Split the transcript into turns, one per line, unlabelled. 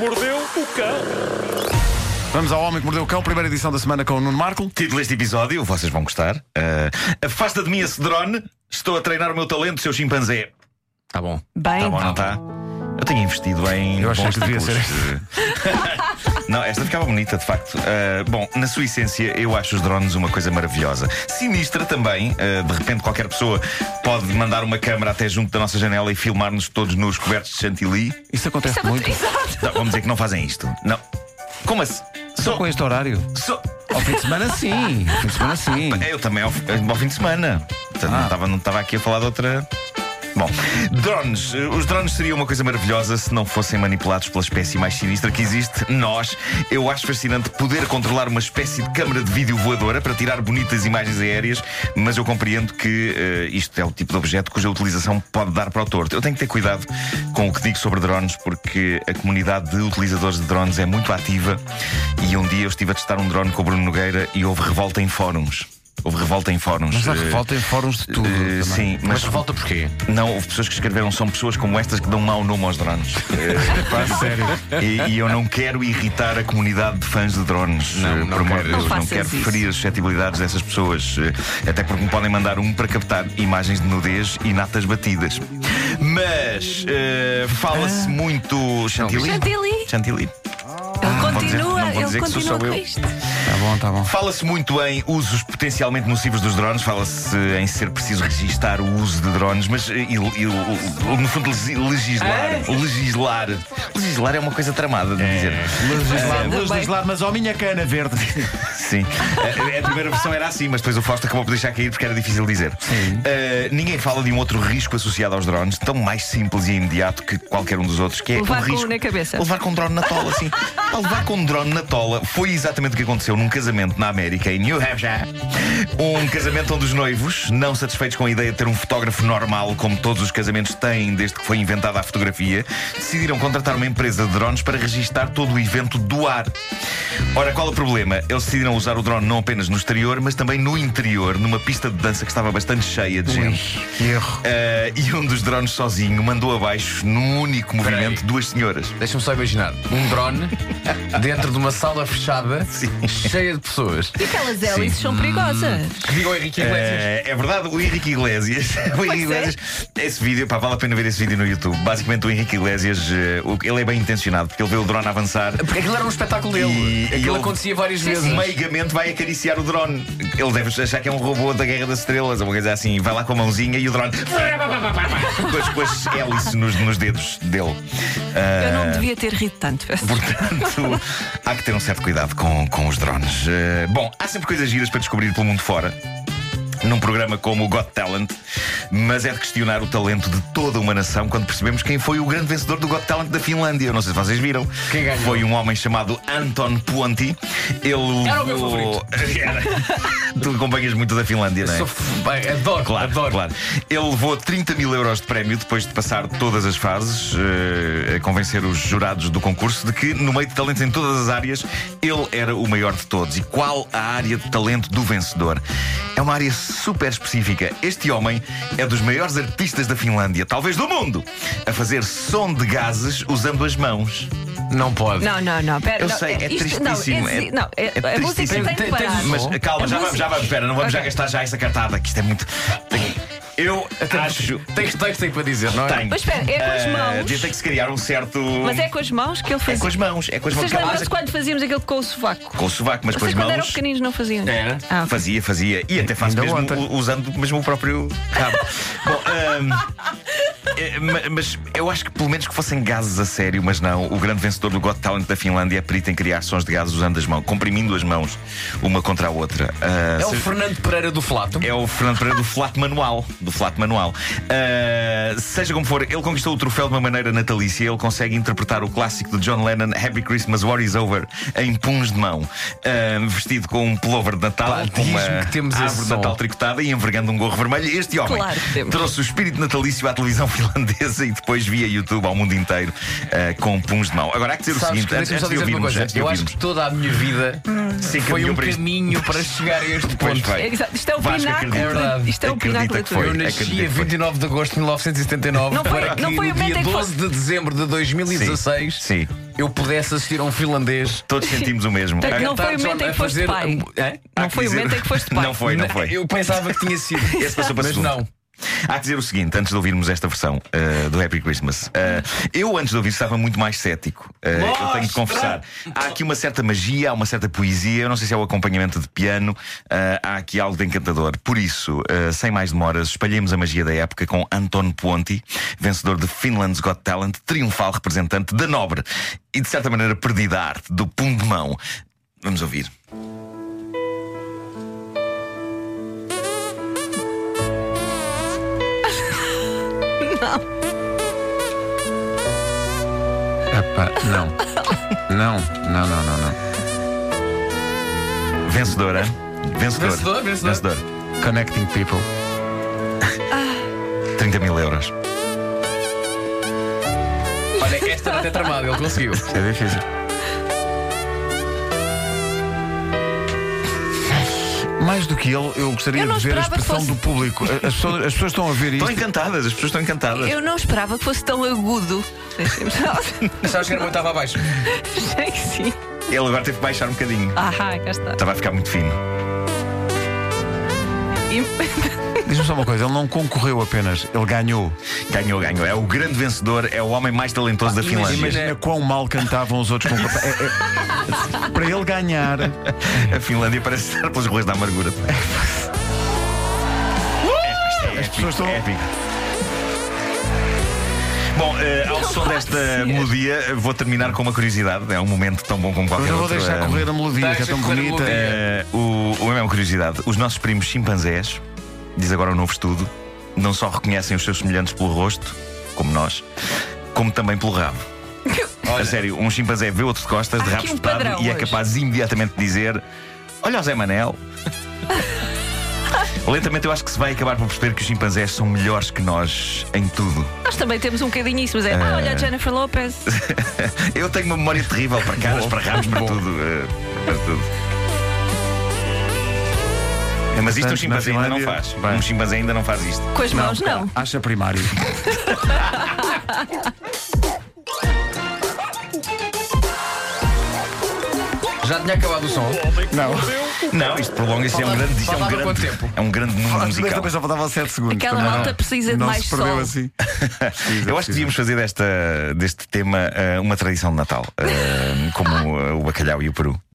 o cão.
Vamos ao Homem que Mordeu o Cão, primeira edição da semana com o Nuno Marco.
Título deste episódio, vocês vão gostar. Uh, Afasta de mim esse drone, estou a treinar o meu talento, seu chimpanzé.
Tá bom.
Tá
Bem,
bom, não está? Eu tenho investido em.
Eu achei
bons
que devia
títulos. não, esta ficava bonita, de facto. Uh, bom, na sua essência, eu acho os drones uma coisa maravilhosa. Sinistra também. Uh, de repente, qualquer pessoa pode mandar uma câmera até junto da nossa janela e filmar-nos todos nos cobertos de chantilly.
Isso acontece muito.
exato.
Não, vamos dizer que não fazem isto. Não. Como assim?
Só
Só.
com este horário.
só...
Ao fim de semana, sim. Ao fim de semana, sim.
É, Eu também ao, fi- ao fim de semana. Portanto, não estava não estava aqui a falar de outra. Bom, drones. Os drones seriam uma coisa maravilhosa se não fossem manipulados pela espécie mais sinistra que existe, nós. Eu acho fascinante poder controlar uma espécie de câmara de vídeo voadora para tirar bonitas imagens aéreas, mas eu compreendo que eh, isto é o tipo de objeto cuja utilização pode dar para o torto. Eu tenho que ter cuidado com o que digo sobre drones, porque a comunidade de utilizadores de drones é muito ativa e um dia eu estive a testar um drone com o Bruno Nogueira e houve revolta em fóruns. Houve revolta em fóruns.
Mas há
Eh,
revolta em fóruns de tudo.
eh,
também.
sim, mas,
Mas revolta porquê?
não, houve pessoas que escreveram, são pessoas como estas que dão mau nome aos drones. Eh, pá,
Sério.
e, e eu não quero irritar a comunidade de fãs de drones.
Não,
eh,
não
por
quero.
amor de
Não
Deus, não
faças
quero
isso.
ferir as suscetibilidades dessas pessoas. eh, Até porque me podem mandar um para captar imagens de nudez e natas batidas. Mas eh, fala-se muito chantilly.
Chantilly.
Chantilly.
Ele
vou dizer-
continua,
não vou
ele
dizer que sou só
continua com
eu.
isto.
Tá bom, tá bom.
Fala-se muito em usos potencialmente nocivos dos drones, fala-se em ser preciso registar o uso de drones, mas eh, e- e- o- o- no fundo lesi-
Ah,
legislar. Legislar. Legislar é uma coisa tramada de dizer.
É.
Legislar,
Ainda
legislar, mas ó minha cana verde.
Sim. A, a- a primeira versão era assim, mas depois o Fausto acabou por deixar cair porque era difícil dizer. Eh, ninguém fala de um outro risco associado aos drones, tão mais simples e imediato que qualquer um dos outros, que é
Levar
o
com um
risco.
na cabeça.
Levar com um drone na tola, assim. Pá, levar com um drone na tola foi exatamente o que aconteceu num casamento na América, em New Hampshire. Um casamento onde os noivos, não satisfeitos com a ideia de ter um fotógrafo normal, como todos os casamentos têm desde que foi inventada a fotografia, decidiram contratar uma empresa de drones para registar todo o evento do ar. Ora, qual é o problema? Eles decidiram usar o drone não apenas no exterior, mas também no interior, numa pista de dança que estava bastante cheia de gente.
Que erro.
Ah, e um dos drones sozinho mandou abaixo, num único movimento,
aí.
duas senhoras.
Deixa-me só imaginar. Um drone dentro de uma sala fechada, cheia de pessoas.
E aquelas hélices são perigosas.
Que digam Henrique Iglesias.
Eh, é verdade, o Henrique Iglesias. O Henrique
é.
Iglesias. Esse vídeo, pá, vale a pena ver esse vídeo no YouTube. Basicamente, o Henrique Iglesias, eh, o- ele é bem intencionado, porque ele vê o drone avançar.
É
Porque aquilo era um espetáculo dele.
E- e
aquilo
ele-
acontecia várias vezes.
Meigamente vai acariciar o drone. Ele deve achar que é um robô da Guerra das Estrelas, ou uma coisa assim. Vai lá com a mãozinha e o drone. com, as, com as hélices nos, nos dedos dele. Ah,
Eu não devia ter rido tanto.
Portanto, há que ter um certo cuidado com, com os drones. Eh, bom, há sempre coisas giras para descobrir pelo mundo fora. Num programa como o Got Talent, mas é de questionar o talento de toda uma nação quando percebemos quem foi o grande vencedor do Got Talent da Finlândia. Eu não sei se vocês viram.
Quem ganhou?
Foi um homem chamado Anton Puanti. Ele.
Era o meu
levou- Era. tu acompanhas muito da Finlândia, não é?
Sou f- bem, adoro,
Claro,
adoro.
claro. Ele levou 30 mil euros de prémio depois de passar todas as fases, eh, a convencer os jurados do concurso de que, no meio de talentos em todas as áreas, ele era o maior de todos. E qual a área de talento do vencedor? É uma área super específica. Este homem é dos maiores artistas da Finlândia, talvez do mundo, a fazer som de gases usando as mãos.
Não pode.
Não, não, não. Pera,
Eu
não,
sei, é tristíssimo,
Não, esse-
é-
não é-
é
a
tristíssimo.
música tem
Tem-
que
tem-
parar.
tens-
Mas
Bom.
calma,
Ah, A
já vamos,
música-
já vamos, espera, não vamos já
Ok.
gastar já essa cartada, que isto é muito. Eu acho.
Tens texto aí para dizer, não é?
Tenho.
Mas espera, é com as
Eh,
mãos?
Devia ter que se criar um certo.
Mas é com as mãos que ele
É
fez.
com as mãos, é com as mãos.
Vocês lembram-se
Mas-
quando fazíamos aquele com o sovaco?
Com o sovaco, mas com as
Vocês quando eram
mãos. É.
pequeninos não faziam?
Era.
Ah, ok.
Fazia, fazia. E até faço
Ainda
mesmo
ontem.
u- usando mesmo o próprio rabo. Bom, ahm, eh, ma- mas eu acho que pelo menos que fossem gases a sério, mas não. O grande vencedor do Got Talent da Finlândia é perito em criar sons de gases usando as mãos, comprimindo as mãos uma contra a outra. Ah,
É o
se-
Fernando Pereira do Flato.
É o Fernando Pereira do flat manual. Do flat manual. Uh, seja como for, ele conquistou o troféu de uma maneira natalícia. Ele consegue interpretar o clássico de John Lennon, Happy Christmas, War is Over, em punhos de mão. Uh, vestido com um pullover de Natal,
Pá,
com uma
diz-me que temos esse
árvore de
som.
Natal tricotada e envergando um gorro vermelho. Este homem
Claro que temos.
trouxe o espírito natalício à televisão finlandesa e depois via YouTube ao mundo inteiro eh, com puns de mão. Agora há que dizer o
Sabes
seguinte:
que
antes,
deixa-me só
antes de
dizer uma
ouvirmos,
coisa.
antes de
Eu acho
ouvirmos,
que toda a minha vida foi
Sim, caminhou
um
para isto.
caminho para chegar a este
Pois
ponto.
vai.
É, exato. Isto é o
Vasco,
pináculo.
acredita.
da tua- Isto é o
Acredita
pináculo da
que
tua
foi.
Eu
vida.
nasci
acredito
a
que foi.
29 de agosto de 1979
Não foi-
para que
não foi o
no
momento
dia
em que
12 de dezembro de 2016
Sim.
eu pudesse assistir a um finlandês
todos sentimos o mesmo.
Portanto,
Agora-
não foi o
Tarde,
momento em
John,
que
a
foste
fazer- um-
pai.
Hã?
há
Não foi o
dizer-
momento em que foste pai.
Não foi, não foi.
Eu pensava que tinha sido.
Esse passou para
Mas
segundo.
não.
Há que dizer o seguinte, antes de ouvirmos esta versão uh, do Happy Christmas, uh, eu antes de ouvir estava muito mais cético. Uh, eu tenho de confessar. Há aqui uma certa magia, há uma certa poesia, eu não sei se é o acompanhamento de piano, uh, há aqui algo de encantador. Por isso, uh, sem mais demoras, espalhemos a magia da época com Anton Ponti, vencedor de Finland's Got Talent, triunfal representante da nobre e de certa maneira perdida arte, do pum de mão. Vamos ouvir.
Epá, não. Não, não, não, não, não.
Vencedora. Vencedor.
Vencedor, vencedor.
Vencedor.
Connecting people.
30 mil euros.
Olha, esta era até tramada, ele conseguiu.
É difícil. Mais do que ele, eu gostaria
Eu não
de ver a
esperava que
expressão
fosse-
do público. As pessoas, as pessoas estão a ver
Estão
isto.
encantadas, as pessoas estão encantadas.
Eu não esperava que fosse tão agudo. Achei
Sabes que era muito abaixo.
que sim.
Ele agora teve que baixar um bocadinho.
Ah, cá está.
Estava a ficar muito fino.
E-
Então, Diz-me só uma coisa, ele não concorreu apenas, ele ganhou.
Ganhou, ganhou. É o grande vencedor, é o homem mais talentoso da Finlândia.
Ah, Imagina quão mal cantavam os outros com é, é- Para ele ganhar.
A Finlândia parece estar pelas ruas da amargura.
Uh! As
As
pessoas estão-
Bom, eh, ao som desta melodia, eh, vou terminar com uma curiosidade. É um momento tão bom como
Eu
qualquer
não vou
outro.
deixar
Eh,
correr a melodia, que é
Tá, deixa
tão
correr a
bonita.
melodia.
Eh, o, o, é uma curiosidade: os nossos primos chimpanzés, diz agora um novo estudo, não só reconhecem os seus semelhantes pelo rosto, como nós, como também pelo rabo. A sério, um chimpanzé vê outro de costas, de
Há
rabo
aqui um
espetado
padrão
e é
hoje.
capaz imediatamente de dizer: Olha o Zé Manel. Lentamente eu acho que se vai acabar por perceber que os chimpanzés são melhores que nós em tudo.
Nós também temos um bocadinho isso, mas é. Ah, olha, a Jennifer Lopez.
Eu tenho uma memória terrível para caras, para ramos, para
Bom.
tudo. eh, Para tudo. É, Mas isto um
Portanto,
chimpanzé
na
ainda não
Finlândia-
faz.
Bem.
Um chimpanzé ainda não faz isto.
Com as mãos, não.
Acha primário.
Já tinha acabado o som.
Não.
Não, isto prolonga-se. É um
Faltava-
grande. Isto é um
faltava
grande.
quanto tempo?
É um grande mundo
Desta
musical.
vez só faltava 7 segundos.
Aquela
também
malta
não-
precisa de
não
mais
se perdeu
sol.
assim. é
Eu acho que devíamos fazer desta, deste tema eh, uma tradição de Natal, eh, como eh, o bacalhau e o peru.